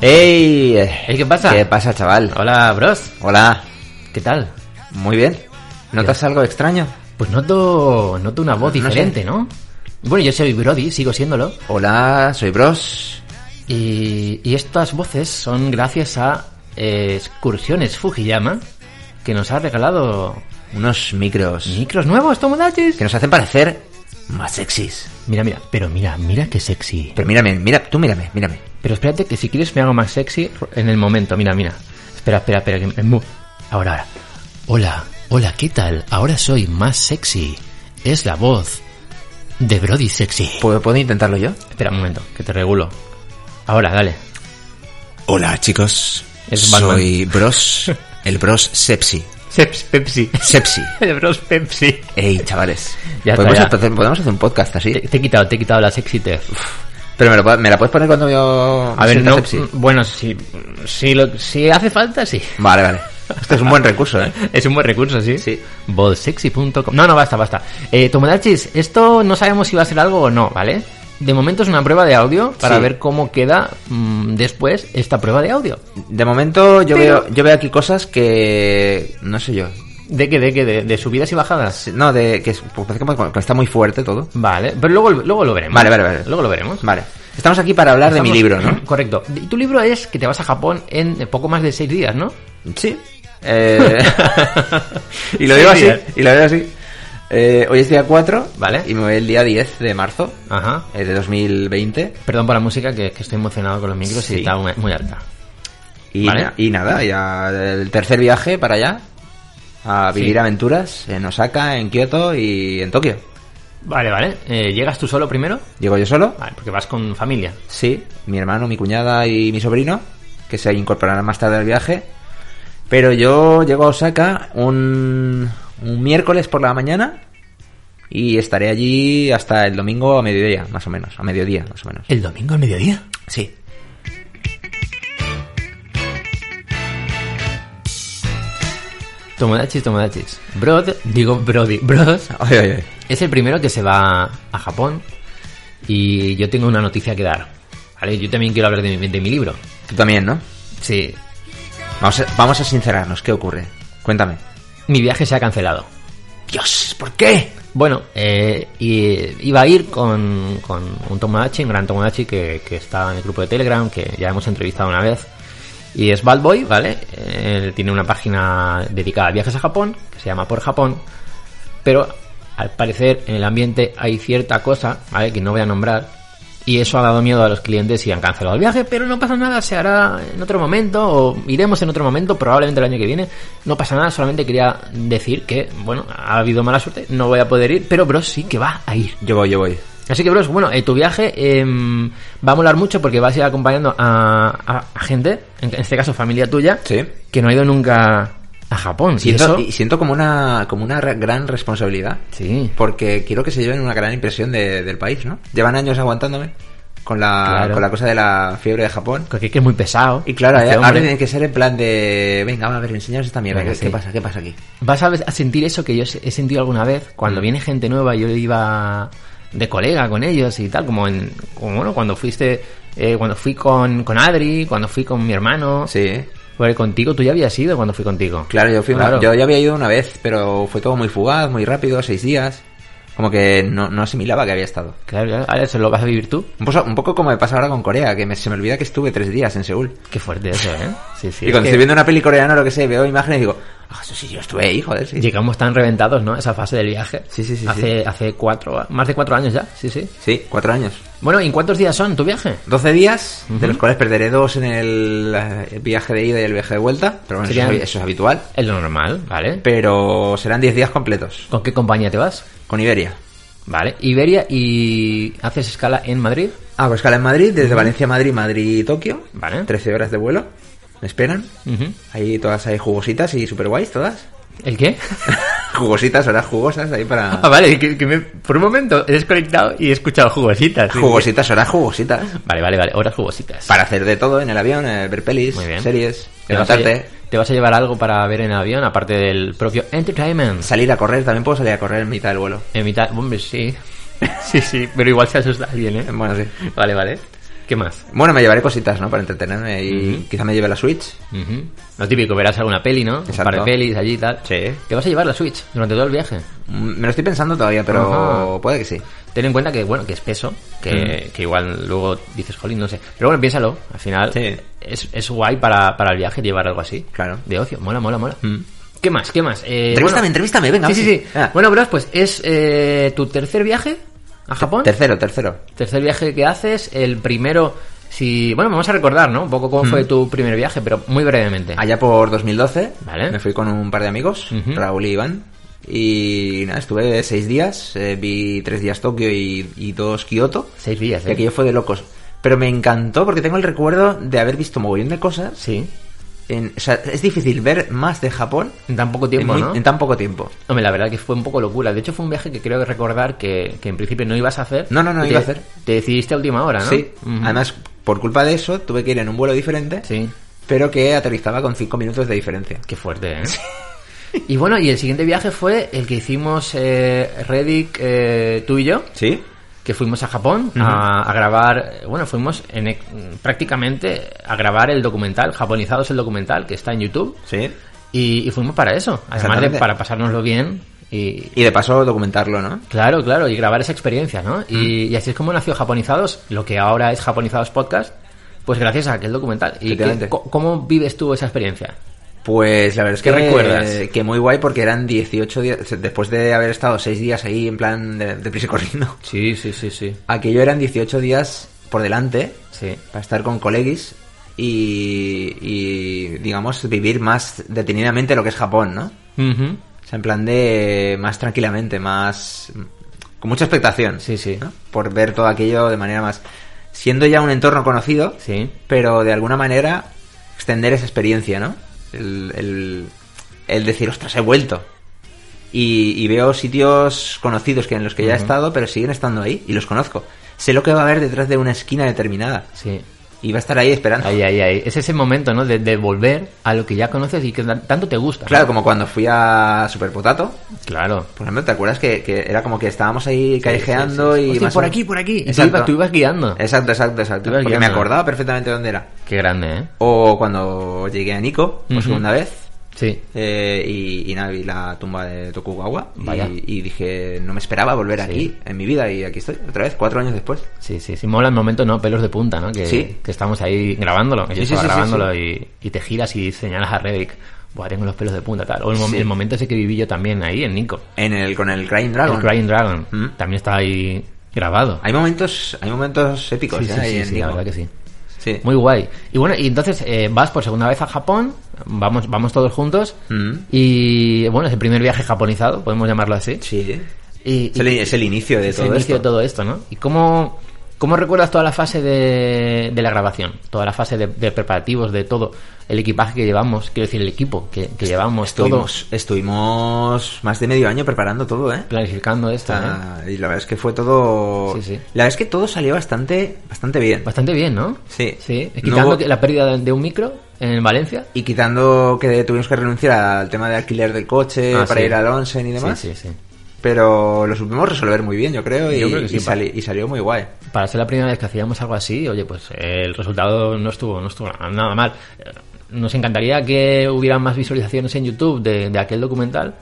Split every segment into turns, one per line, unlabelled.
¡Ey!
Ey, ¿qué pasa?
¿Qué pasa, chaval?
Hola, bros.
Hola.
¿Qué tal?
Muy bien. ¿Notas algo extraño?
Pues noto, noto una voz
No sé.
diferente, ¿no? Bueno, yo soy Brody, sigo siéndolo.
Hola, soy Bros.
Y, y estas voces son gracias a eh, Excursiones Fujiyama, que nos ha regalado
Unos micros
micros nuevos, Tomodachis.
que nos hacen parecer más sexys.
Mira, mira, pero mira, mira qué sexy.
Pero mírame, mira, tú mírame, mírame.
Pero espérate, que si quieres me hago más sexy en el momento. Mira, mira. Espera, espera, espera. Que me... mu- Ahora, ahora. Hola, hola, ¿qué tal? Ahora soy más sexy. Es la voz de Brody Sexy.
¿Puedo, puedo intentarlo yo?
Espera un momento, que te regulo. Ahora, dale.
Hola, chicos.
Es Batman.
soy Bros. El Bros Sepsi.
Seps, Pepsi.
Sepsi.
El Bros Pepsi.
Ey, chavales.
Ya está,
podemos,
ya.
Hacer, podemos hacer un podcast así.
Te, te he quitado, te he quitado la sexy tez.
Pero me, lo pu- me la puedes poner cuando yo.
A ver,
sienta
no.
Sepsi?
Bueno, si, si, lo- si hace falta, sí.
Vale, vale. Este es un buen recurso, ¿eh?
Es un buen recurso, sí.
Sí.
Bolsexy.com. No, no, basta, basta. Eh, Tomodachis, esto no sabemos si va a ser algo o no, ¿vale? De momento es una prueba de audio para
Sí.
ver cómo queda mm, después esta prueba de audio.
De momento yo
Pero-
veo yo veo aquí cosas que no sé yo.
¿De qué? ¿De qué? ¿De, de subidas y bajadas?
Sí, No, de que es- pues parece como que está muy fuerte todo.
Vale, pero luego, luego lo veremos.
Vale, vale, vale.
Luego lo veremos.
Vale. Estamos aquí para hablar de mi libro,
Estamos-
¿no?
Correcto. Y tu libro es que te vas a Japón en poco más de seis días, ¿no?
Sí. Eh, y lo
Sí,
digo así,
bien.
y lo digo así. Eh, hoy es día 4,
Vale.
Y me voy el día 10 de marzo
Ajá.
eh, de 2020.
Perdón por la música, que, que estoy emocionado con los micros
Sí.
y está muy, muy alta.
Y,
Vale.
na- y nada, ya el tercer viaje para allá a vivir
Sí.
aventuras en Osaka, en Kioto y en Tokio.
Vale, vale. Eh, ¿Llegas tú solo primero?
Llego yo solo.
Vale, porque vas con familia.
Sí, mi hermano, mi cuñada y mi sobrino, que se incorporarán más tarde al viaje. Pero yo llego a Osaka un, un miércoles por la mañana y estaré allí hasta el domingo a mediodía, más o menos. A mediodía, más o menos.
¿El domingo al mediodía?
Sí.
Tomodachis, Tomodachis. Brod, digo Brody, Bros,
Oye, oye, oye.
es el primero que se va a Japón y yo tengo una noticia que dar. Vale, yo también quiero hablar de mi, de mi libro.
Tú también, ¿no?
Sí,
Vamos a, vamos a sincerarnos, ¿qué ocurre? Cuéntame.
mi viaje se ha cancelado.
Dios, ¿por qué?
Bueno, eh, y- iba a ir con, con un Tomodachi, un gran Tomodachi que, que está en el grupo de Telegram, que ya hemos entrevistado una vez. Y es Bad Boy, ¿vale? Él tiene una página dedicada a viajes a Japón, que se llama Por Japón. Pero al parecer en el ambiente hay cierta cosa, ¿vale? Que no voy a nombrar. Y eso ha dado miedo a los clientes y han cancelado el viaje, pero no pasa nada, se hará en otro momento o iremos en otro momento, probablemente el año que viene. No pasa nada, solamente quería decir que, bueno, ha habido mala suerte, no voy a poder ir, pero Bros sí que va a ir.
Yo voy, yo voy.
Así que, Bros, bueno, eh, tu viaje em, va a molar mucho porque vas a ir acompañando a, a- a gente, en este caso familia tuya,
Sí.
que no ha ido nunca a Japón. y
Siento,
eso-
y siento como una, como una re- gran responsabilidad.
Sí.
Porque quiero que se lleven una gran impresión de- del país, ¿no? Llevan años aguantándome con la,
Claro.
con la cosa de la fiebre de Japón.
Porque es que es muy pesado.
Y claro, eh,
Este
ahora
hombre.
tienen que ser en plan de... Venga, va, a ver, enseñaros esta mierda.
Venga,
¿Qué,
sí.
qué pasa? ¿Qué pasa aquí?
Vas a, ve- a sentir eso que yo se- he sentido alguna vez.
Mm.
Cuando viene gente nueva, yo iba de colega con ellos y tal, como en, como, bueno, cuando fuiste, eh, cuando fui con, con Adri, cuando fui con mi hermano.
Sí.
Porque contigo, tú ya habías ido cuando fui contigo.
Claro, yo, fui una-
Claro.
yo ya había ido una vez, pero fue todo muy fugaz, muy rápido, seis días. Como que no, no asimilaba que había estado.
Claro, claro. Ahora se lo vas a vivir tú.
Un poco, un poco como me pasa ahora con Corea, que me- se me olvida que estuve tres días en Seúl.
Qué fuerte eso, ¿eh? Sí, sí.
y
es
cuando
que-
estoy viendo una peli coreana o lo que sea, y veo imágenes y digo, Ah, eso sí, yo estuve ahí, joder, sí.
Llegamos tan reventados, ¿no? Esa fase del viaje.
Sí, sí, sí,
Hace, hace cuatro, más de cuatro años ya, sí, sí.
Sí, cuatro años.
Bueno, ¿y en cuántos días son tu viaje?
12 días,
Ujú.
de los cuales perderé dos en el eh, viaje de ida y el viaje de vuelta. Pero bueno, eso,
Serían-
es, eso es habitual.
Es lo normal, ¿vale?
Pero serán 10 días completos.
¿Con qué compañía te vas?
Con Iberia.
Vale, Iberia y haces escala en Madrid.
Hago escala en Madrid, desde Valencia a Madrid, Madrid Tokio.
Vale.
13 horas de vuelo. Me esperan. Ahí todas hay jugositas y super guays todas.
¿El qué?
jugositas, horas jugosas ahí para...
Ah, vale, que, que me- por un momento he desconectado y he escuchado jugositas.
jugositas, horas jugositas.
Vale, vale, vale, horas jugositas.
Para hacer de todo en el avión, eh, ver pelis,
Muy bien.
series,
¿Te vas, a, lle-
levantarte,
te vas a llevar algo para ver en avión, aparte del propio entertainment?
salir a correr. También puedo salir a correr en mitad del vuelo.
En mitad, hombre, sí. Sí, sí, pero igual se asusta alguien, ¿eh?
Eh, Bueno, sí.
Vale, vale. ¿Qué más?
Bueno, me llevaré cositas, ¿no? Para entretenerme y quizá me lleve la Switch.
Ujú. Lo típico, verás alguna peli, ¿no?
Exacto.
Para pelis allí y tal.
Sí.
Te vas a llevar la Switch durante todo el viaje.
Mm, Me lo estoy pensando todavía, pero
Ajá.
puede que sí.
Ten en cuenta que, bueno, que es peso, que,
Mm.
que igual luego dices, jolín, no sé. Pero bueno, piénsalo, al final
Sí.
es, es guay para, para el viaje llevar algo así.
Claro.
De ocio, mola, mola, mola. ¿Qué más? ¿Qué más? Eh,
Entrevístame, entrevístame, venga,
Sí,
va,
sí,
sí.
sí.
Ah.
Bueno, bros, pues es eh, tu tercer viaje a Japón.
Tercero, tercero.
Tercer viaje que haces, el primero, si... Bueno, vamos a recordar, ¿no? Un poco cómo
Mm.
fue tu primer viaje, pero muy brevemente.
Allá por 2012,
Vale.
me fui con un par de amigos,
Ujú.
Raúl y Iván. Y nada, estuve seis días, eh, vi tres días Tokio y, y dos Kioto.
Seis días,
Y
¿eh?
aquello fue de locos. Pero me encantó porque tengo el recuerdo de haber visto mogollón de cosas.
Sí.
En- o sea, es difícil ver más de Japón
En tan poco tiempo,
en, muy-
¿no?
en tan poco tiempo.
Hombre, la verdad que fue un poco locura. De hecho, fue un viaje que creo que recordar que, que en principio no ibas a hacer.
No, no, no
Y
iba
te-
a hacer.
Te decidiste a última hora, ¿no?
Sí,
Ujú.
además por culpa de eso tuve que ir en un vuelo diferente,
Sí.
pero que aterrizaba con cinco minutos de diferencia.
Qué fuerte, ¿eh? Y bueno, y el siguiente viaje fue el que hicimos eh, Reddick, eh, tú y yo,
¿Sí?
que fuimos a Japón a, a grabar, bueno, fuimos en, e- prácticamente a grabar el documental, Japonizados el documental, que está en YouTube,
Sí.
y, y fuimos para eso, además de
Exactamente.
para pasárnoslo bien y,
Y de paso documentarlo, ¿no?
Claro, claro, y grabar esa experiencia, ¿no? Y,
Mm.
y así es como nació Japonizados, lo que ahora es Japonizados Podcast, pues gracias a aquel documental. ¿Y
Efectivamente.
qué- co- cómo vives tú esa experiencia?
Pues la verdad es que
¿Qué recuerdas?
Que muy guay porque eran 18 días, después de haber estado 6 días ahí en plan de, de prisa y corriendo.
Sí, sí, sí, sí.
Aquello eran 18 días por delante
Sí.
para estar con colegis y, y, digamos vivir más detenidamente lo que es Japón, ¿no?
Ujú.
O sea, en plan de más tranquilamente, más... con mucha expectación.
Sí, sí.
¿no? Por ver todo aquello de manera más... siendo ya un entorno conocido,
Sí.
pero de alguna manera extender esa experiencia, ¿no? El, el- el decir, ostras, he vuelto. Y, y veo sitios conocidos que en los que ya he estado, pero siguen estando ahí y los conozco. Sé lo que va a haber detrás de una esquina determinada.
Sí.
Y va a estar ahí esperando.
Ahí, ahí, ahí. Es ese momento, ¿no? De, de volver a lo que ya conoces y que tan- tanto te gusta.
Claro, como cuando fui a Superpotato,
Claro.
por ejemplo, ¿te acuerdas que, que era como que estábamos ahí callejeando
sí, sí.
y...
Hostia,
más o
por
menos-
aquí, por aquí. Y tú
Exacto.
ibas- tú ibas guiando.
Exacto, exacto, exacto.
Tú ibas
Porque me
guiando.
acordaba perfectamente dónde era.
Qué grande, ¿eh?
O cuando llegué a Nico, por
Ujú.
segunda vez,
Sí.
Eh, y, y nada, vi la tumba de Tokugawa y-
Vaya.
Y, dije, no me esperaba volver
Sí.
aquí en mi vida y aquí estoy, otra vez, cuatro años después.
Sí, sí, sí, mola el momento, ¿no? Pelos de punta, ¿no? Que,
Sí.
que estamos ahí grabándolo, que yo
Sí, sí,
estaba
sí, sí,
grabándolo Y, y te giras y señalas a Reddick, Buah, tengo los pelos de punta, tal. O el, mom-
Sí.
el momento ese que viví yo también ahí en Nico,
En el, con el Crying
el
Dragon.
Crying Dragon,
Mm.
también está ahí grabado.
Hay momentos, hay momentos épicos,
sí,
¿eh?
sí,
ahí
sí,
en
sí, la
Nico.
verdad que sí.
Sí.
Muy guay. Y bueno, y entonces eh, vas por segunda vez a Japón, vamos, vamos todos juntos,
Mm.
y bueno, es el primer viaje japonizado, podemos llamarlo así.
Sí.
Y,
Es el, es el inicio de
es el
todo
inicio de
esto.
todo esto, ¿no? ¿Y cómo, cómo recuerdas toda la fase de, de la grabación? Toda la fase de, de preparativos, de todo. El equipaje que llevamos, quiero decir, el equipo que, que llevamos, todos
Estuvimos, estuvimos más de medio año preparando todo, ¿eh?
planificando
O
esto, ¿eh?
sea, Y la verdad es que fue todo...
Sí, sí.
La verdad es que todo salió bastante, bastante bien.
Bastante bien, ¿no?
Sí.
Sí.
No
Quitando
hubo-
que- la pérdida de, de un micro en Valencia.
Y quitando que tuvimos que renunciar al tema de alquiler del coche
Ah,
para
sí.
ir al Onsen y demás.
Sí, sí, sí.
Pero lo supimos resolver muy bien, yo creo, y,
Yo creo que sí,
y sali- y salió muy guay.
Para ser la primera vez que hacíamos algo así, oye, pues eh, el resultado no estuvo, no estuvo nada mal. Eh, Nos encantaría que hubiera más visualizaciones en YouTube de, de aquel documental,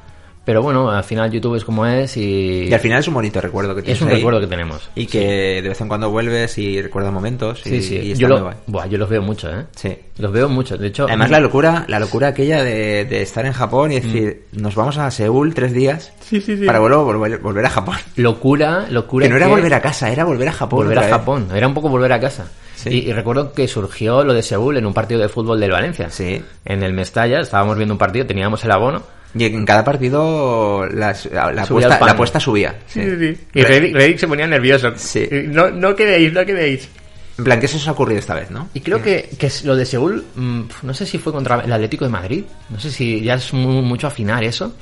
Pero bueno, al final YouTube es como es y.
Y al final es un bonito recuerdo que tienes.
es un
ahí.
recuerdo que tenemos.
Y que de vez en cuando vuelves y recuerdas momentos. Y,
Sí, sí.
y está
yo,
muy
lo-
guay.
Buah, yo los veo mucho, ¿eh?
Sí.
Los veo mucho. De hecho,
Además, la locura, la locura aquella de, de estar en Japón y decir,
Mm.
nos vamos a Seúl tres días para luego volver, volver a Japón.
locura, locura.
Que no era
que-
volver a casa, era volver a Japón.
Volver
otra
a
vez.
Japón, era un poco volver a casa.
Sí.
Y, y recuerdo que surgió lo de Seúl en un partido de fútbol del Valencia.
Sí.
En el Mestalla, estábamos viendo un partido, teníamos el abono.
Y en cada partido las- la, la
Subía
apuesta,
el pan.
la apuesta subía. sí.
Y Redick Redick se ponía nervioso.
Sí.
Y No, no quedéis, no quedéis.
En plan, ¿qué se os ha ocurrido esta vez, no?
Y creo que, que es- lo de Seúl, mm, pf, no sé si fue contra el Atlético de Madrid, no sé si ya es mu- mucho afinar eso.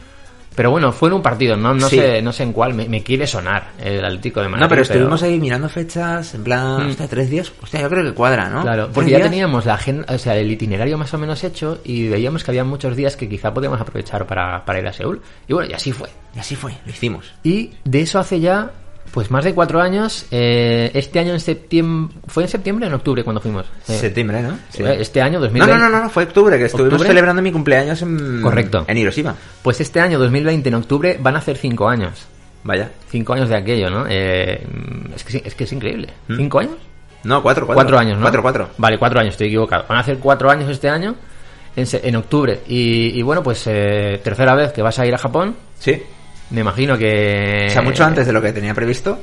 Pero bueno, fue en un partido, no, no,
Sí.
sé, no sé en cuál, me, me quiere sonar el Atlético de Madrid.
no, pero estuvimos ahí mirando fechas, en plan, hostia, tres días, hostia, yo creo que cuadra, ¿no?
Mm. Claro,
Tres
porque ya
días.
teníamos la agenda, o sea, el itinerario más o menos hecho y veíamos que había muchos días que quizá podíamos aprovechar para, para ir a Seúl. Y bueno, y así fue.
Y así fue, lo hicimos.
Y de eso hace ya, pues más de cuatro años. eh, este año en septiembre. ¿Fue en septiembre o en octubre cuando fuimos? Eh,
Septiembre, ¿no?
eh, Este año,
No,
2020.
no, no, no, no, fue octubre, que estuvimos
¿Octubre?
celebrando mi cumpleaños en...
Correcto.
En Hiroshima.
Pues este año, 2020, en octubre, van a hacer cinco años.
Vaya.
Cinco años de aquello, ¿no? Eh, es, que, sí- es que es increíble.
¿Mm?
¿Cinco años?
No, cuatro, cuatro.
Cuatro, años, ¿no?
Cuatro, cuatro.
Vale, cuatro años, estoy equivocado. Van a hacer cuatro años este año, en, se- en octubre. Y, y bueno, pues eh, tercera vez que vas a ir a Japón.
Sí.
Me imagino que...
O sea, mucho antes de lo que tenía previsto.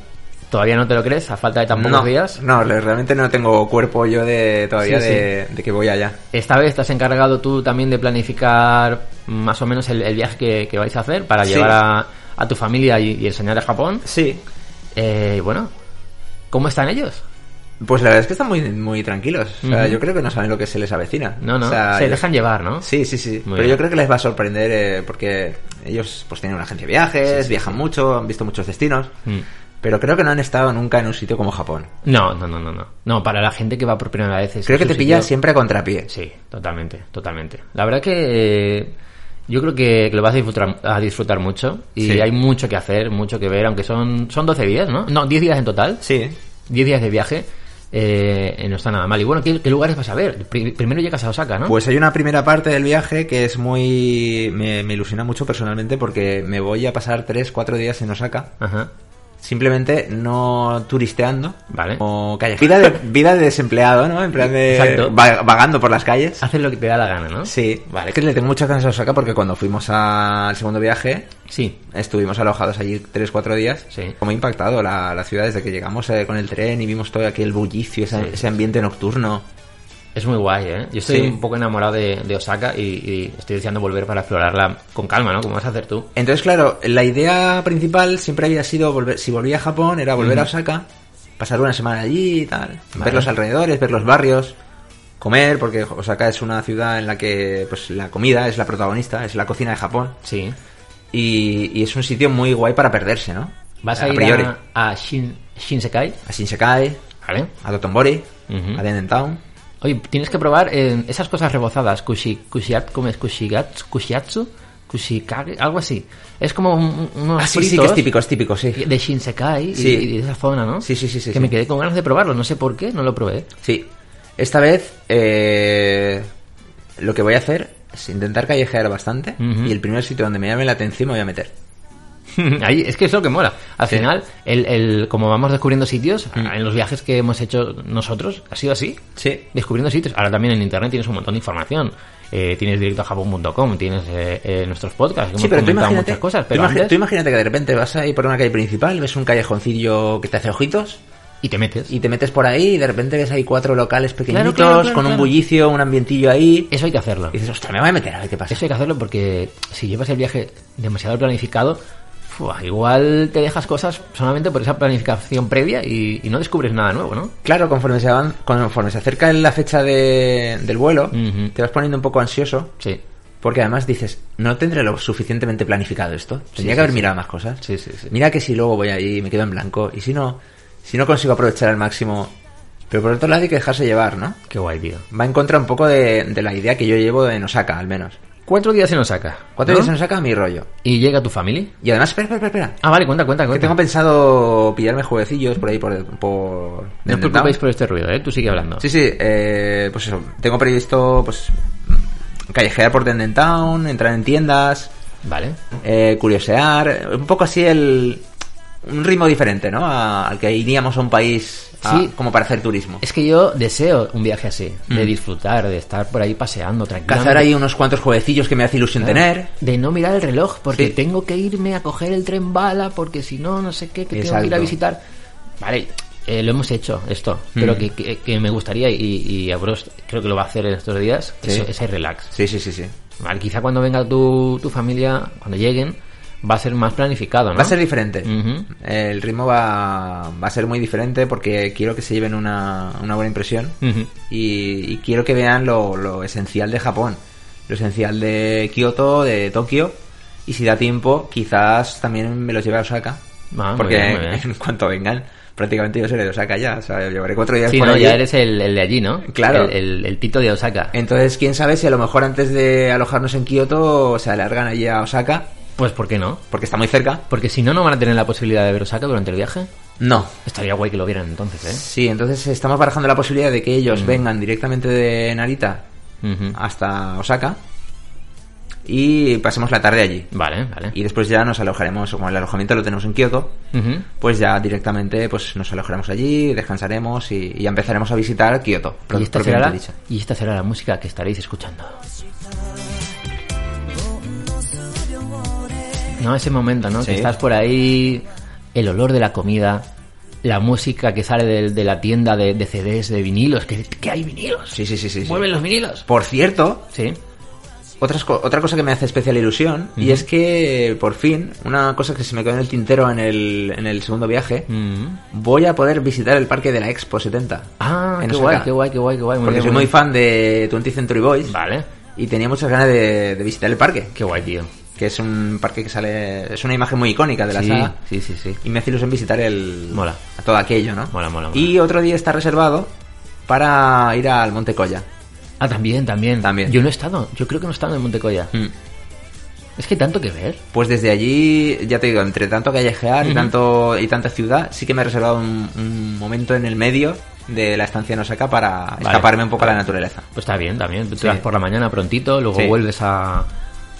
Todavía no te lo crees, a falta de tan pocos
no,
días.
No, le- realmente no tengo cuerpo yo de todavía
Sí,
de, de que voy allá.
Esta vez te has encargado tú también de planificar más o menos el, el viaje que, que vais a hacer para
Sí.
llevar a, a tu familia y, y enseñar a Japón.
Sí.
Eh, y bueno, ¿cómo están ellos?
Pues la verdad es que están muy, muy tranquilos. O sea,
Ujú.
yo creo que no saben lo que se les avecina.
No, no,
O sea,
se
yo-
dejan llevar, ¿no?
Sí, sí, sí. Pero
bien.
yo creo que les va a sorprender eh, porque ellos pues tienen una agencia de viajes, viajan mucho, han visto muchos destinos.
Mm.
Pero creo que no han estado nunca en un sitio como Japón.
No, no, no, no, no. No, para la gente que va por primera vez. es-
Creo que
es
te
un
pilla
sitio-
siempre a contrapié.
Sí, totalmente, totalmente. La verdad que eh, yo creo que, que lo vas a disfrutar, a disfrutar mucho y
Sí.
hay mucho que hacer, mucho que ver, aunque son, son 12 días, ¿no? No, 10 días en total.
Sí.
10 días de viaje. eh, eh, no está nada mal. Y bueno, ¿qué, qué lugares vas a ver? Pri- primero llegas a Osaka, ¿no?
Pues hay una primera parte del viaje que es muy... Me, me ilusiona mucho personalmente porque me voy a pasar 3, 4 días en Osaka.
Ajá.
Simplemente no turisteando.
Vale.
O calle. Vida de, vida de desempleado, ¿no? En plan de...
Exacto.
va- vagando por las calles.
Haces lo que te da la gana, ¿no?
Sí. Vale. Que le tengo muchas ganas a Osaka porque cuando fuimos al segundo viaje...
Sí.
Estuvimos alojados allí 3-4 días.
Sí.
Como ha impactado la, la ciudad desde que llegamos eh, con el tren y vimos todo aquel bullicio, ese,
Sí.
ese ambiente nocturno.
Es muy guay, ¿eh? Yo estoy
Sí.
un poco enamorado de, de Osaka y, y estoy deseando volver para explorarla con calma, ¿no? Como vas a hacer tú.
Entonces, claro, la idea principal siempre había sido, volver, si volvía a Japón, era volver a Osaka, pasar una semana allí y tal, ver los alrededores, ver los barrios, comer, porque Osaka es una ciudad en la que pues, la comida es la protagonista, es la cocina de Japón,
Sí.
y, y es un sitio muy guay para perderse, ¿no?
Vas a, ir
priori.
a, a Shin, Shinsekai,
a Shinsekai,
¿vale?
a Dotonbori,
Ujú.
a Denentown.
Oye, tienes que probar eh, esas cosas rebozadas. Kushi, kushiat, ¿cómo es? Kushigatsu, kushiatsu, kushikage, algo así. Es como un- unos
Ah, sí, sí, que
fritos
es típico, es típico, sí.
de Shinsekai y-
Sí.
y, de esa zona, ¿no?
Sí, sí, sí, sí, sí.
Que me quedé con ganas de probarlo, no sé por qué, no lo probé.
Sí. Esta vez eh, lo que voy a hacer es intentar callejear bastante
Ujú.
y el primer sitio donde me llame la atención me voy a meter.
Ahí es que es lo que mola. Al
Sí. Mm.
final, el, el- como vamos descubriendo sitios, en los viajes que hemos hecho nosotros, ha sido así.
Sí.
Descubriendo sitios. Ahora también en internet tienes un montón de información. Eh, tienes directo a japón.com, tienes eh, eh, nuestros podcasts, que
Sí,
hemos
pero tú
comentado
imagínate,
muchas cosas.
tú
Pero
imagi-
antes-
tú imagínate que de repente vas ahí por una calle principal, ves un callejoncillo que te hace ojitos
y te metes.
y te metes por ahí y de repente ves ahí cuatro locales pequeñitos
claro, claro,
con un
claro. Eh,
bullicio, un ambientillo ahí
Eso hay que hacerlo.
y dices, ostras, me voy a meter a ver qué pasa.
Eso hay que hacerlo porque si llevas el viaje demasiado planificado, fua, igual te dejas cosas solamente por esa planificación previa y, y no descubres nada nuevo, ¿no?
Claro, conforme se, avan- conforme se acerca la fecha de- del vuelo,
Ujú.
te vas poniendo un poco ansioso
Sí,
Porque además dices, no tendré lo suficientemente planificado esto. Tendría
sí,
que haber
sí.
mirado más cosas.
Sí, sí, sí.
Mira que si luego voy ahí y me quedo en blanco. Y si no, si no consigo aprovechar al máximo. Pero por otro lado hay que dejarse llevar, ¿no?
qué guay, tío.
Va en contra un poco de, de la idea que yo llevo en Osaka, al menos.
Cuatro días en Osaka.
Cuatro
¿no?
días en Osaka, mi rollo.
¿Y llega tu familia?
Y además, espera, espera, espera. espera.
Ah, vale, cuenta, cuenta,
que
cuenta.
tengo pensado pillarme jueguecillos por ahí, por... por
No os preocupéis por este ruido, ¿eh? Tú sigue hablando.
Sí, sí, eh, pues eso. Tengo previsto, pues, callejear por Dendentown, entrar en tiendas,
Vale.
eh, curiosear, un poco así el un ritmo diferente, ¿no? A- al que iríamos a un país a-
Sí.
como para hacer turismo.
Es que yo deseo un viaje así, de
Mm.
disfrutar, de estar por ahí paseando tranquilamente. Ah,
Cazar ahí unos cuantos jueguecillos que me hace ilusión tener.
De no mirar el reloj, porque
Sí.
tengo que irme a coger el tren bala, porque si no, no sé qué, que tengo que ir a
Exacto.
visitar. Vale, eh, lo hemos hecho, esto.
Mm.
Pero que, que- que me gustaría, y, y Ambrose creo que lo va a hacer en estos días,
Sí.
eso- ese relax.
Sí, sí, sí, sí.
Vale, quizá cuando venga tu, tu familia, cuando lleguen, va a ser más planificado, ¿no?
Va a ser diferente.
Ujú.
El ritmo va, va a ser muy diferente porque quiero que se lleven una, una buena impresión
Ujú.
y, y quiero que vean lo, lo esencial de Japón, lo esencial de Kioto, de Tokio y si da tiempo quizás también me los lleve a Osaka
Ah, muy
porque
bien, muy bien.
en cuanto vengan prácticamente yo seré de Osaka ya, o sea, llevaré cuatro días
Sí,
por
no,
allí.
ya eres el, el de allí, ¿no?
Claro. Eh.
El, el- el Tito de Osaka.
Entonces quién sabe si a lo mejor antes de alojarnos en Kioto se alargan allí a Osaka
Pues, ¿por qué no?
porque está muy cerca.
Porque si no, no van a tener la posibilidad de ver Osaka durante el viaje.
No,
Estaría guay que lo vieran entonces,
Sí, entonces estamos barajando la posibilidad de que
Mm.
ellos vengan directamente de Narita
¿eh? Ujú.
hasta Osaka y pasemos la tarde allí.
Vale, vale.
Y después ya nos alojaremos, como el alojamiento lo tenemos en Kioto,
Ujú.
pues ya directamente pues nos alojaremos allí, descansaremos y, y ya empezaremos a visitar Kioto, pro-
Y esta, será
propiamente dicho.
la, y esta será la música que estaréis escuchando. No, ese momento, ¿no?
Sí.
Que estás por ahí, el olor de la comida, la música que sale del- de, la tienda de, de CDs, de vinilos, que, que hay vinilos.
Sí, sí, sí, sí. sí.
Mueven los vinilos.
Por cierto,
Sí.
otras co- otra cosa que me hace especial ilusión y
Ujú.
es que por fin, una cosa que se me quedó en el tintero en el, en el segundo viaje,
Mm.
voy a poder visitar el parque de la Expo 70.
Ah,
en
qué
Osaka.
guay, qué guay, qué guay, qué guay.
Porque
bien,
soy muy
bien.
fan de 20 Century Boys
Vale.
y tenía muchas ganas de, de visitar el parque,
Qué guay, tío.
que es un parque que sale. Es una imagen muy icónica de la
sí,
saga.
sí, sí, sí.
Y me hace ilusión visitar el.
Mola.
a todo aquello, ¿no?
Mola, mola, mola.
Y otro día está reservado para ir al Monte Colla.
Ah, también, también.
También.
Yo no he estado. Yo creo que no he estado en Montecoya. Es que hay tanto que ver.
Pues desde allí, ya te digo, entre tanto callejear y, tanto, y tanta ciudad, sí que me he reservado un, un momento en el medio de la estancia en Osaka para escaparme un poco a la naturaleza.
Pues está bien también. Tú te vas por la mañana prontito, luego
Sí.
vuelves a,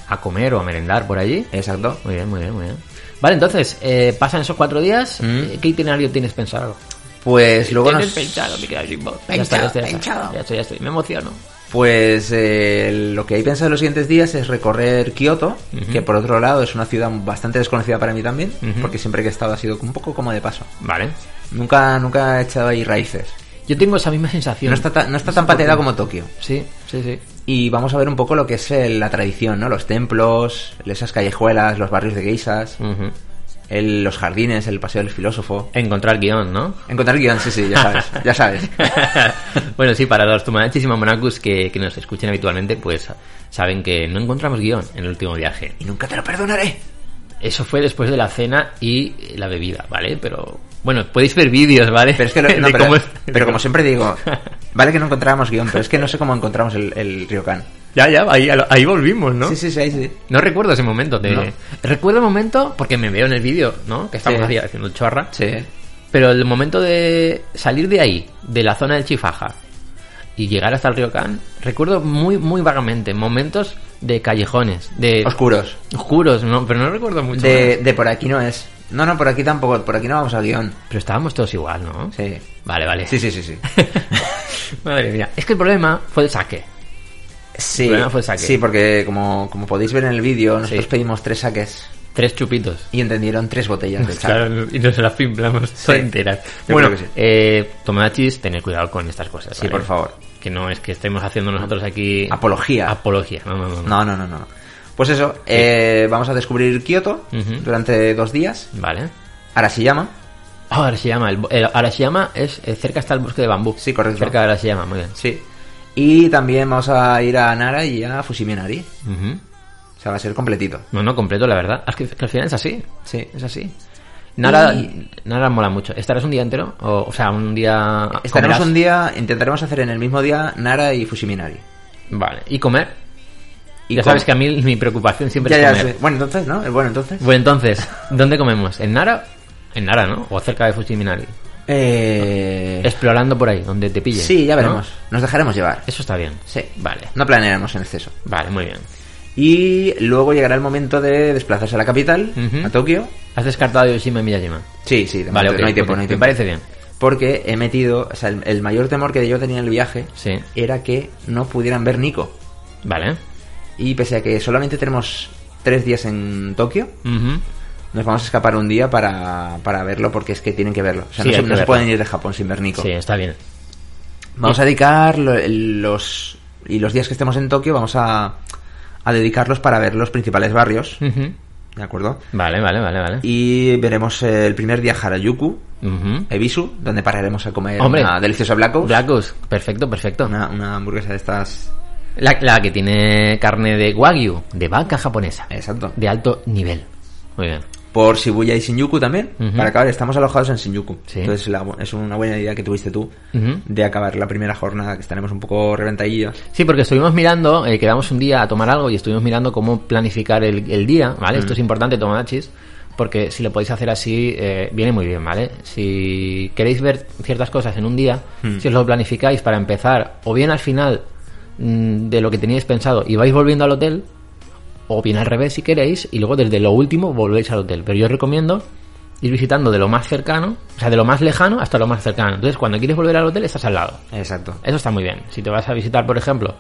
a comer o a merendar por allí.
Exacto.
Muy bien, muy bien, muy bien. Vale, entonces, eh, pasan esos cuatro días.
Mm.
Eh, ¿Qué itinerario tienes pensado?
Pues luego
Tienes
nos...
pensado, mi querido Jimbo. Ya está, ya está, ya está. Ya estoy, ya estoy. Me emociono.
Pues eh, lo que he pensado en los siguientes días es recorrer Kioto, que por otro lado es una ciudad bastante desconocida para mí también,
Ujú.
porque siempre que he estado ha sido un poco como de paso.
Vale.
Nunca, nunca he echado ahí raíces.
Yo tengo esa misma sensación.
No está, ta- no está tan
por qué.
pateada como Tokio.
Sí, sí, sí.
Y vamos a ver un poco lo que es eh, la tradición, ¿no? Los templos, esas callejuelas, los barrios de geisas,
Ujú.
el- los jardines, el paseo del filósofo.
Encontrar guión, ¿no?
Encontrar guión, sí, sí, ya sabes, ya sabes.
bueno, sí, para los Tomanachis y Mamonacus que, que nos escuchen habitualmente, pues saben que no encontramos guión en el último viaje.
Y nunca te lo perdonaré.
Eso fue después de la cena y la bebida, ¿vale? Pero bueno, podéis ver vídeos, ¿vale?
Pero es que lo-
De
no, pero,
cómo es-
pero como siempre digo, vale que no encontrábamos guión, pero es que no sé cómo encontramos el, el Ryokan.
Ya, ya, ahí, ahí volvimos, ¿no?
Sí, sí, sí, ahí sí.
No recuerdo ese momento. de-
No.
Recuerdo el momento, porque me veo en el vídeo, ¿no? Que estamos
Sí.
ahí haciendo chorra.
Sí.
Pero el momento de salir de ahí, de la zona del Chifaja, y llegar hasta el río Can, recuerdo muy, muy vagamente momentos de callejones, de
Oscuros.
oscuros, ¿no? pero no recuerdo mucho.
De,
más.
de por aquí no es. No, no, por aquí tampoco. Por aquí no vamos a guión.
Pero estábamos todos igual, ¿no?
Sí.
Vale, vale.
Sí, sí, sí, sí.
Madre mía. Es que el problema fue el saque.
Sí,
Bueno, fue saque.
sí porque como, como podéis ver en el vídeo, nosotros
Sí.
pedimos tres saques
Tres chupitos.
y entendieron tres botellas de char.
Pues Claro, y nos las pimplamos todas enteras.
yo
Bueno,
creo que sí.
eh, tomachis, tened cuidado con estas cosas.
Sí,
¿vale?
por favor.
Que no es que estemos haciendo nosotros aquí.
Apología.
Apología. No, no, no. no.
No, no, no, no. Pues eso, eh, vamos a descubrir Kioto
Ujú.
durante dos días.
Vale.
Arashiyama.
Ah, Arashiyama. El, bo- el Arashiyama es, eh, cerca está el bosque de bambú.
Sí, correcto.
Cerca de Arashiyama, muy bien.
Sí. Y también vamos a ir a Nara y a Fushiminari.
Ujú.
O sea, va a ser completito.
No, no, completo, la verdad. Es que, que al final es así.
Sí.
Es así. Nara,
Y-
Nara mola mucho. ¿Estarás un día entero? O, o sea, un día.
Estaremos
comerás-
un día, intentaremos hacer en el mismo día Nara y Fushiminari.
Vale. ¿Y comer?
Y
ya
com-
sabes que a mí mi preocupación siempre
Ya,
es
ya,
comer.
sé. Bueno, entonces, ¿no? Bueno, entonces.
Bueno, Pues entonces, ¿dónde comemos? ¿En Nara? En Nara, ¿no? O cerca de Fusiminari.
Eh...
Explorando por ahí, donde te pille.
Sí, ya
¿no?
veremos. Nos dejaremos llevar.
Eso está bien.
Sí.
Vale.
No planearemos en exceso.
Vale, muy bien.
Y luego llegará el momento de desplazarse a la capital,
Ujú.
a Tokio.
¿Has descartado a Yoshima y Miyajima?
Sí, sí, de
Vale,
momento
ok,
no hay tiempo,
ok,
no hay
me
tiempo.
parece bien.
Porque he metido, o sea, el, el mayor temor que yo tenía en el viaje
Sí.
era que no pudieran ver Nico.
Vale.
Y pese a que solamente tenemos tres días en Tokio,
Ujú.
nos vamos a escapar un día para, para verlo porque es que tienen que verlo. O sea,
Sí,
no, se,
hay que
no se
verlo.
pueden ir de Japón sin ver Nico.
Sí, está bien.
Vamos a dedicar lo- los... Y los días que estemos en Tokio vamos a, a dedicarlos para ver los principales barrios,
Ujú.
¿de acuerdo?
Vale, vale, vale, vale.
Y veremos eh, el primer día Harajuku,
Ujú.
Ebisu, donde pararemos a comer
Hombre.
una deliciosa Black Ops,
Black Goose, perfecto, perfecto.
Una, una hamburguesa de estas...
La, la que tiene carne de wagyu, de vaca japonesa,
Exacto.
de alto nivel. Muy bien.
Por Shibuya y Shinjuku también.
Ujú.
Para acabar, estamos alojados en Shinjuku.
Sí.
Entonces la- es una buena idea que tuviste tú
Ujú.
de acabar la primera jornada, que estaremos un poco reventadillas.
Sí, porque estuvimos mirando, eh, quedamos un día a tomar algo y estuvimos mirando cómo planificar el, el día, ¿vale? Esto es importante, Tomodachis, porque si lo podéis hacer así, eh, viene muy bien, ¿vale? Si queréis ver ciertas cosas en un día, si os lo planificáis para empezar, o bien al final mm, de lo que teníais pensado y vais volviendo al hotel, o bien al revés si queréis, y luego desde lo último volvéis al hotel. Pero yo os recomiendo ir visitando de lo más cercano, o sea, de lo más lejano hasta lo más cercano. Entonces, cuando quieres volver al hotel, estás al lado.
Exacto.
Eso está muy bien. Si te vas a visitar, por ejemplo,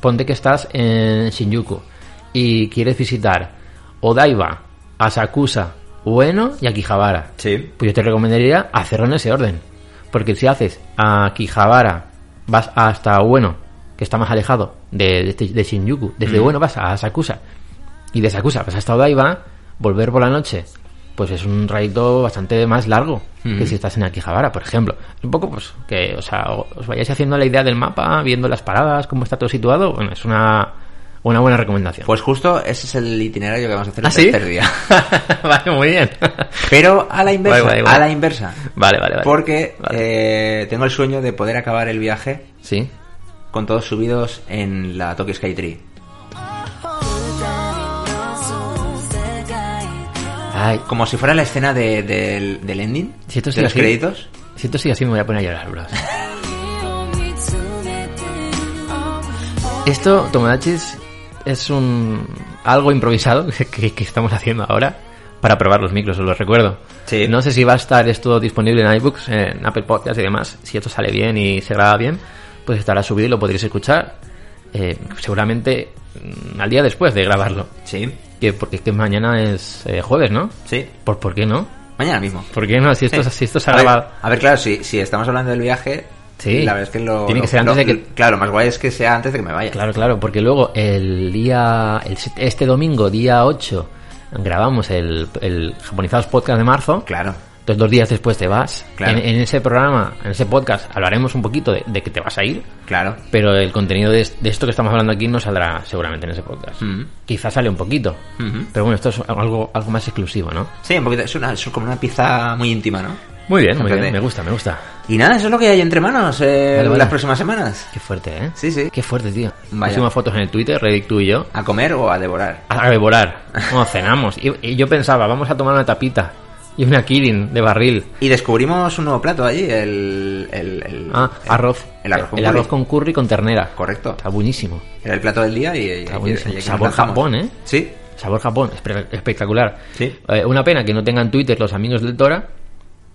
ponte que estás en Shinjuku y quieres visitar Odaiba, Asakusa, Ueno y Akihabara.
Sí.
Pues yo te recomendaría hacerlo en ese orden. Porque si haces Akihabara, vas hasta Ueno, que está más alejado de, este, de- de Shinjuku, desde Ueno vas a Asakusa. Y de Asakusa vas hasta Odaiba, volver por la noche. Pues es un trayecto bastante más largo que si estás en Akihabara, por ejemplo. Un poco, pues, que o sea, o- os vayáis haciendo la idea del mapa, viendo las paradas, cómo está todo situado. Bueno, es una, una buena recomendación.
Pues justo ese es el itinerario que vamos a hacer el
¿Ah, sí?
tercer día.
vale, muy bien.
Pero a la inversa,
Guay, guay, guay.
a la inversa.
Vale, vale, vale.
Porque
Vale.
eh, tengo el sueño de poder acabar el viaje
Sí.
con todos subidos en la Tokyo Sky Tree.
Ay,
Como si fuera la escena de- del, del ending,
Si esto
de
sigue
los
así.
créditos.
si esto sigue así me voy a poner a llorar, bros. Esto, Tomodachis, es un algo improvisado que, que estamos haciendo ahora para probar los micros, os lo recuerdo.
Sí.
No sé si va a estar esto disponible en iBooks, en Apple Podcasts y demás. Si esto sale bien y se graba bien, pues estará subido y lo podréis escuchar eh, seguramente mm, al día después de grabarlo.
Sí,
Que, porque es que mañana es eh, jueves, ¿no?
sí.
¿Por, ¿Por qué no?
Mañana mismo.
¿Por qué no? Si esto, si esto se ha
a ver,
grabado...
a ver, claro, si, si estamos hablando del viaje,
Sí.
la verdad es que lo.
Tiene que
lo-
ser antes
lo-
de que-
Claro, lo más guay es que sea antes de que me vaya.
Eh, Claro, claro, porque luego el día, el se- este domingo, día 8, grabamos el, el Japonizados Podcast de marzo.
Claro.
Entonces, dos días después te vas.
Claro.
En, en ese programa, en ese podcast, hablaremos un poquito de, de que te vas a ir.
claro.
Pero el contenido de, es- de esto que estamos hablando aquí no saldrá seguramente en ese podcast.
Mm.
Quizás sale un poquito.
Ujú.
Pero bueno, esto es algo, algo más exclusivo, ¿no?
Sí, un poquito, es, una, es como una pieza muy íntima, ¿no?
Muy bien, muy
Fíjate.
bien. Me gusta, me gusta.
Y nada, eso es lo que hay entre manos eh,
Vale, vale.
las próximas semanas.
Qué fuerte, ¿eh?
Sí, sí.
Qué fuerte, tío.
Vaya.
Pusimos fotos en el Twitter, Reddick tú y yo.
A comer o a devorar.
a devorar. Como cenamos. Y, y yo pensaba, vamos a tomar una tapita y una kirin de barril.
Y descubrimos un nuevo plato allí, el. el, el-
Ah,
el-
arroz.
El arroz con
el
curry.
arroz con curry con ternera.
Correcto.
Está buenísimo.
Era el plato del día y.
Está
y-
buenísimo.
y- y- y-
Sabor
nos lanzamos.
Japón, ¿eh?
Sí.
Sabor Japón, espe- espectacular.
Sí.
Eh, una pena que no tengan Twitter los amigos del Tora,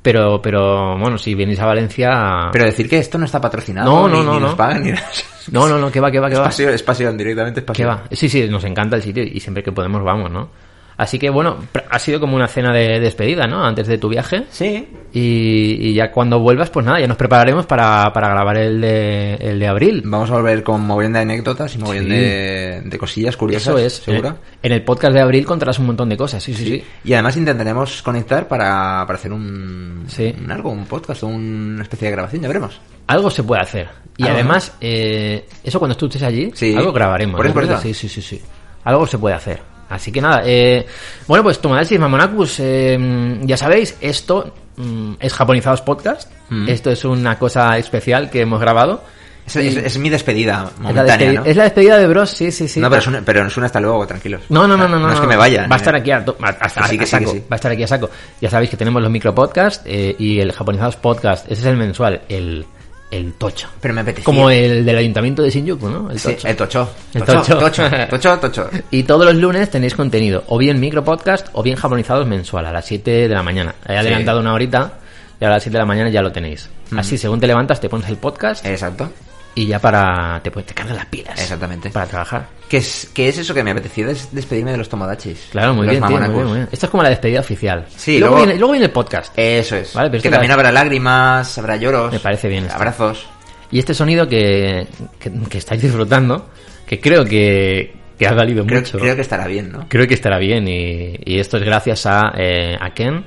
pero, pero bueno, si venís a Valencia...
Pero decir que esto no está patrocinado.
No,
ni-
no,
ni
no,
nos
no.
pagan ni nada.
No, no, no, que va, que va, que
Es
va.
pasión, es pasión, directamente es
¿Qué
pasión.
va? Sí, sí, nos encanta el sitio y siempre que podemos vamos, ¿no? Así que bueno, pr- ha sido como una cena de despedida, ¿no? Antes de tu viaje.
Sí,
Y, y ya cuando vuelvas, pues nada, ya nos prepararemos para, para grabar el de, el de abril.
Vamos a volver con mogollón de anécdotas y mogollón
Sí.
de, de cosillas curiosas.
Eso es.
¿Seguro?
En, en el podcast de abril contarás un montón de cosas, sí, sí, sí.
Y además intentaremos conectar para, para hacer un,
Sí.
un algo, un podcast o una especie de grabación, ya veremos.
Algo se puede hacer. Y
Algo,
además, eh, eso cuando tú estés allí,
Sí.
algo grabaremos.
Por
¿no?
eso, por
Porque
eso.
Sí, sí, sí, sí. Algo se puede hacer. Así que nada, eh, bueno, pues Tomodachi, Mamonacus, eh, ya sabéis, esto mm, es Japonizados Podcast. Esto es una cosa especial que hemos grabado.
Mm. Es, es- es mi despedida
Es la,
momentánea,
despedi-
¿no?
es la despedida de Bros, sí, sí, sí.
No, pero es, un, pero es un hasta luego, tranquilos.
No, no,
O sea,
no, no, no.
Ah, es que me vaya. eh.
Va a estar aquí a, to- a- hasta-
Sí, que
a
sí, que
saco.
sí.
Va a estar aquí a saco. Ya sabéis que tenemos los micropodcasts eh, y el japonizados podcast. Ese es el mensual. El, el tocho.
Pero me apetecía.
Como el del ayuntamiento de Shinjuku, ¿no? El
Sí,
tocho.
el tocho.
El
tocho.
tocho.
Tocho, tocho, tocho.
Y todos los lunes tenéis contenido, o bien micropodcast o bien japonizados mensual, a las 7 de la mañana. He adelantado una horita y a las 7 de la mañana ya lo tenéis.
Mm.
Así, según te levantas, te pones el podcast
Exacto.
y ya para. Te, pones- te cargas las pilas.
Eh. Exactamente.
Para trabajar.
¿Qué es, qué es eso que me apetecía des- despedirme de los tomodachis?
Claro, muy
Los
bien, tío, muy
mamonacos.
bien, muy bien. Esto es como la despedida oficial.
Sí,
Y luego,
luego-
Viene, luego viene el podcast.
Eso es.
Vale, pero
que
esto
también
la-
habrá lágrimas, habrá lloros.
Me parece bien esto.
Abrazos.
Y este sonido que, que, que estáis disfrutando, que creo que, que ha valido
Creo,
mucho.
creo que estará bien, ¿no?
Creo que estará bien y, y esto es gracias a, eh, a Ken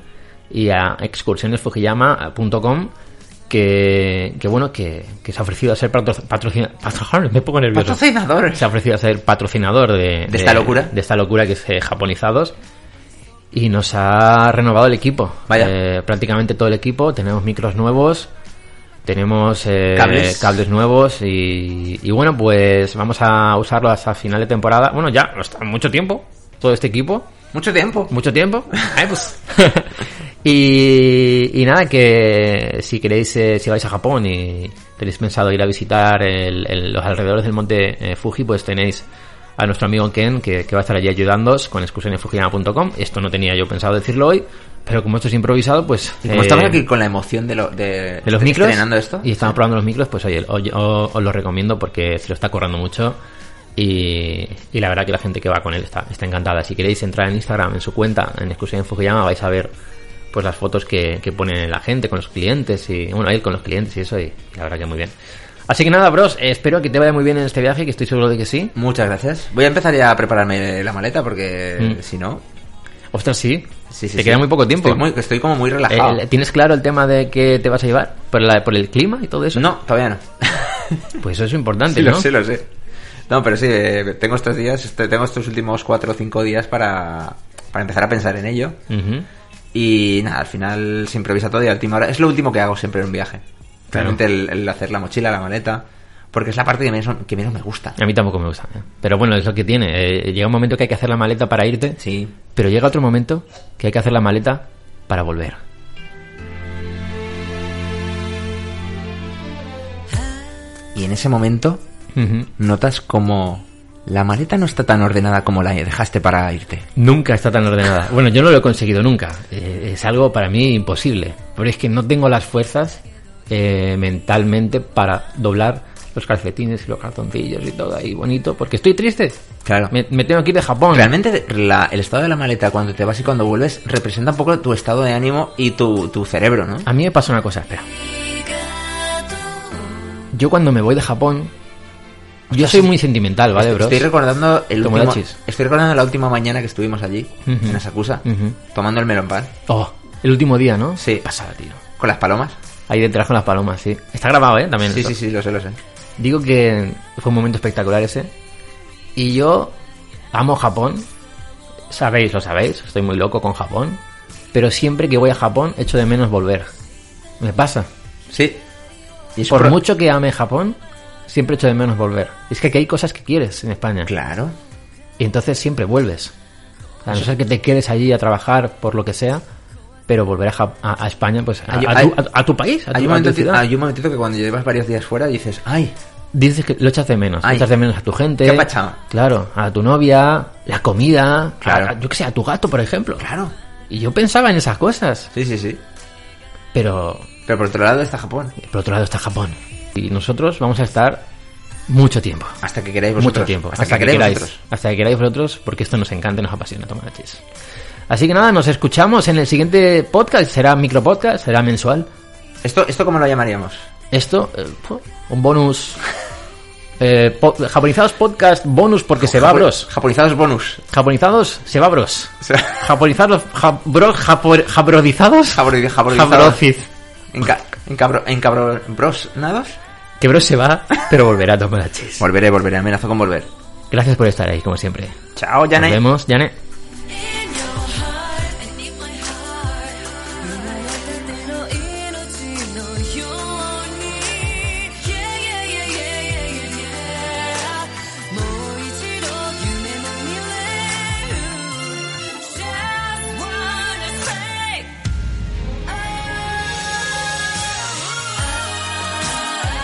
y a excursionesfujiyama.com que, que bueno, que, que se ha ofrecido a ser patrocinador. me pongo nervioso.
Patrocinador.
Se ha ofrecido a ser patrocinador de, de-
esta locura?
De esta locura que es eh, Japonizados. Y nos ha renovado el equipo.
Vaya.
Eh, prácticamente todo el equipo. Tenemos micros nuevos. Tenemos eh,
Cables.
nuevos y, y bueno, pues vamos a usarlo hasta final de temporada. Bueno, ya, está mucho tiempo, todo este equipo,
Mucho tiempo.
mucho tiempo. Ay, pues. y, y nada, que si queréis, eh, si vais a Japón y tenéis pensado ir a visitar el- el- los alrededores del monte eh, Fuji, pues tenéis a nuestro amigo Ken que, que va a estar allí ayudándoos con excursionesfujiyama.com. Esto no tenía yo pensado decirlo hoy, pero como esto es improvisado, pues...
Y como
eh,
estamos aquí con la emoción de, lo, de,
de los
de
micros
estrenando esto.
y estamos probando los micros pues oye o- o- os lo recomiendo porque se lo está corrando mucho y, y la verdad que la gente que va con él está, está encantada si queréis entrar en Instagram en su cuenta en exclusiva en Fujiyama vais a ver pues las fotos que, que pone la gente con los clientes y bueno él con los clientes y eso y la verdad que muy bien así que nada bros eh, espero que te vaya muy bien en este viaje que estoy seguro de que sí
Muchas gracias. Voy a empezar ya a prepararme la maleta porque
Mm.
si no.
ostras sí,
Sí, sí,
te
sí.
queda muy poco tiempo
Estoy, muy- estoy como muy relajado.
Eh, ¿Tienes claro el tema de que te vas a llevar? ¿Por, la- por el clima y todo eso?
No, todavía no.
Pues eso es importante,
Sí,
¿no?
lo sé, lo sé. No, pero sí, eh, tengo estos días, este- tengo estos últimos cuatro o cinco días para, para empezar a pensar en ello.
Ujú.
Y nada, al final se improvisa todo y a última hora. Es lo último que hago siempre en un viaje.
Claro.
Realmente el, el hacer la mochila, la maleta. Porque es la parte que menos, que menos me gusta.
A mí tampoco me gusta. ¿eh? Pero bueno, es lo que tiene. Eh, llega un momento que hay que hacer la maleta para irte.
Sí.
Pero llega otro momento que hay que hacer la maleta para volver.
Y en ese momento
Ujú.
notas como la maleta no está tan ordenada como la dejaste para irte.
Nunca está tan ordenada. Bueno, yo no lo he conseguido nunca. Eh, es algo para mí imposible. Pero es que no tengo las fuerzas eh, mentalmente para doblar los calcetines y los cartoncillos y todo ahí bonito. Porque estoy triste.
Claro.
Me, me tengo que ir de Japón.
Realmente la- el estado de la maleta cuando te vas y cuando vuelves representa un poco tu estado de ánimo y tu, tu cerebro, ¿no?
A mí me pasa una cosa, espera. Yo cuando me voy de Japón, yo soy muy sentimental, ¿vale, bro?
Estoy recordando el último,
Tomodachis.
estoy recordando la última mañana que estuvimos allí,
Ujú.
en Asakusa,
Ujú.
tomando el melón pan,
Oh, el último día, ¿no?
Sí.
Pasada, tío.
con las palomas.
Ahí detrás con las palomas, sí. Está grabado, ¿eh? También.
Sí,
eso.
sí, sí, lo sé, lo sé.
Digo que fue un momento espectacular ese. Y yo amo Japón. Sabéis, lo sabéis. Estoy muy loco con Japón. Pero siempre que voy a Japón, echo de menos volver. Me pasa.
Sí. Y es
Por
pro-
mucho que ame Japón, siempre echo de menos volver. Es que aquí hay cosas que quieres en España.
Claro.
Y entonces siempre vuelves. A no ser que te quedes allí a trabajar por lo que sea, pero volver a, Jap- a- a España, pues a,
Hay-
a tu,
hay-
a- a tu país, a tu,
Hay un,
a tu
momentito,
ciudad.
hay un momentito que cuando llevas varios días fuera dices, ay,
Dices que lo echas de menos.
Ay.
echas de menos a tu gente.
Qué pachao.
Claro, a tu novia, la comida,
Claro.
a- a- yo que sé, a tu gato, por ejemplo.
claro.
Y yo pensaba en esas cosas,
Sí, sí, sí.
pero
Pero por otro lado está Japón.
por otro lado está Japón. Y nosotros vamos a estar mucho tiempo.
Hasta que queráis vosotros.
mucho tiempo.
Hasta, que queráis vosotros.
Hasta que queráis vosotros, porque esto nos encanta, y nos apasiona, Tomarachis. Así que nada, nos escuchamos en el siguiente podcast. Será micropodcast, será mensual.
¿Esto, ¿Esto cómo lo llamaríamos?
Esto, eh, fu- un bonus. Eh, po- japonizados podcast bonus porque se va
Japo-
bros.
Japonizados bonus.
Japonizados se va bros.
O sea,
Japonizados, ja- bro- japo- jabrodizados.
jabrodi- jabrodizados.
Jabrociz.
Enca- encabro- encabronbros-nados.
Que bros se va, pero volverá, Tomarachis.
Volveré, volveré. Amenazo con volver.
Gracias por estar ahí, como siempre.
Chao,
Nos
Janet.
vemos, Janet.
Say, oh, oh, oh.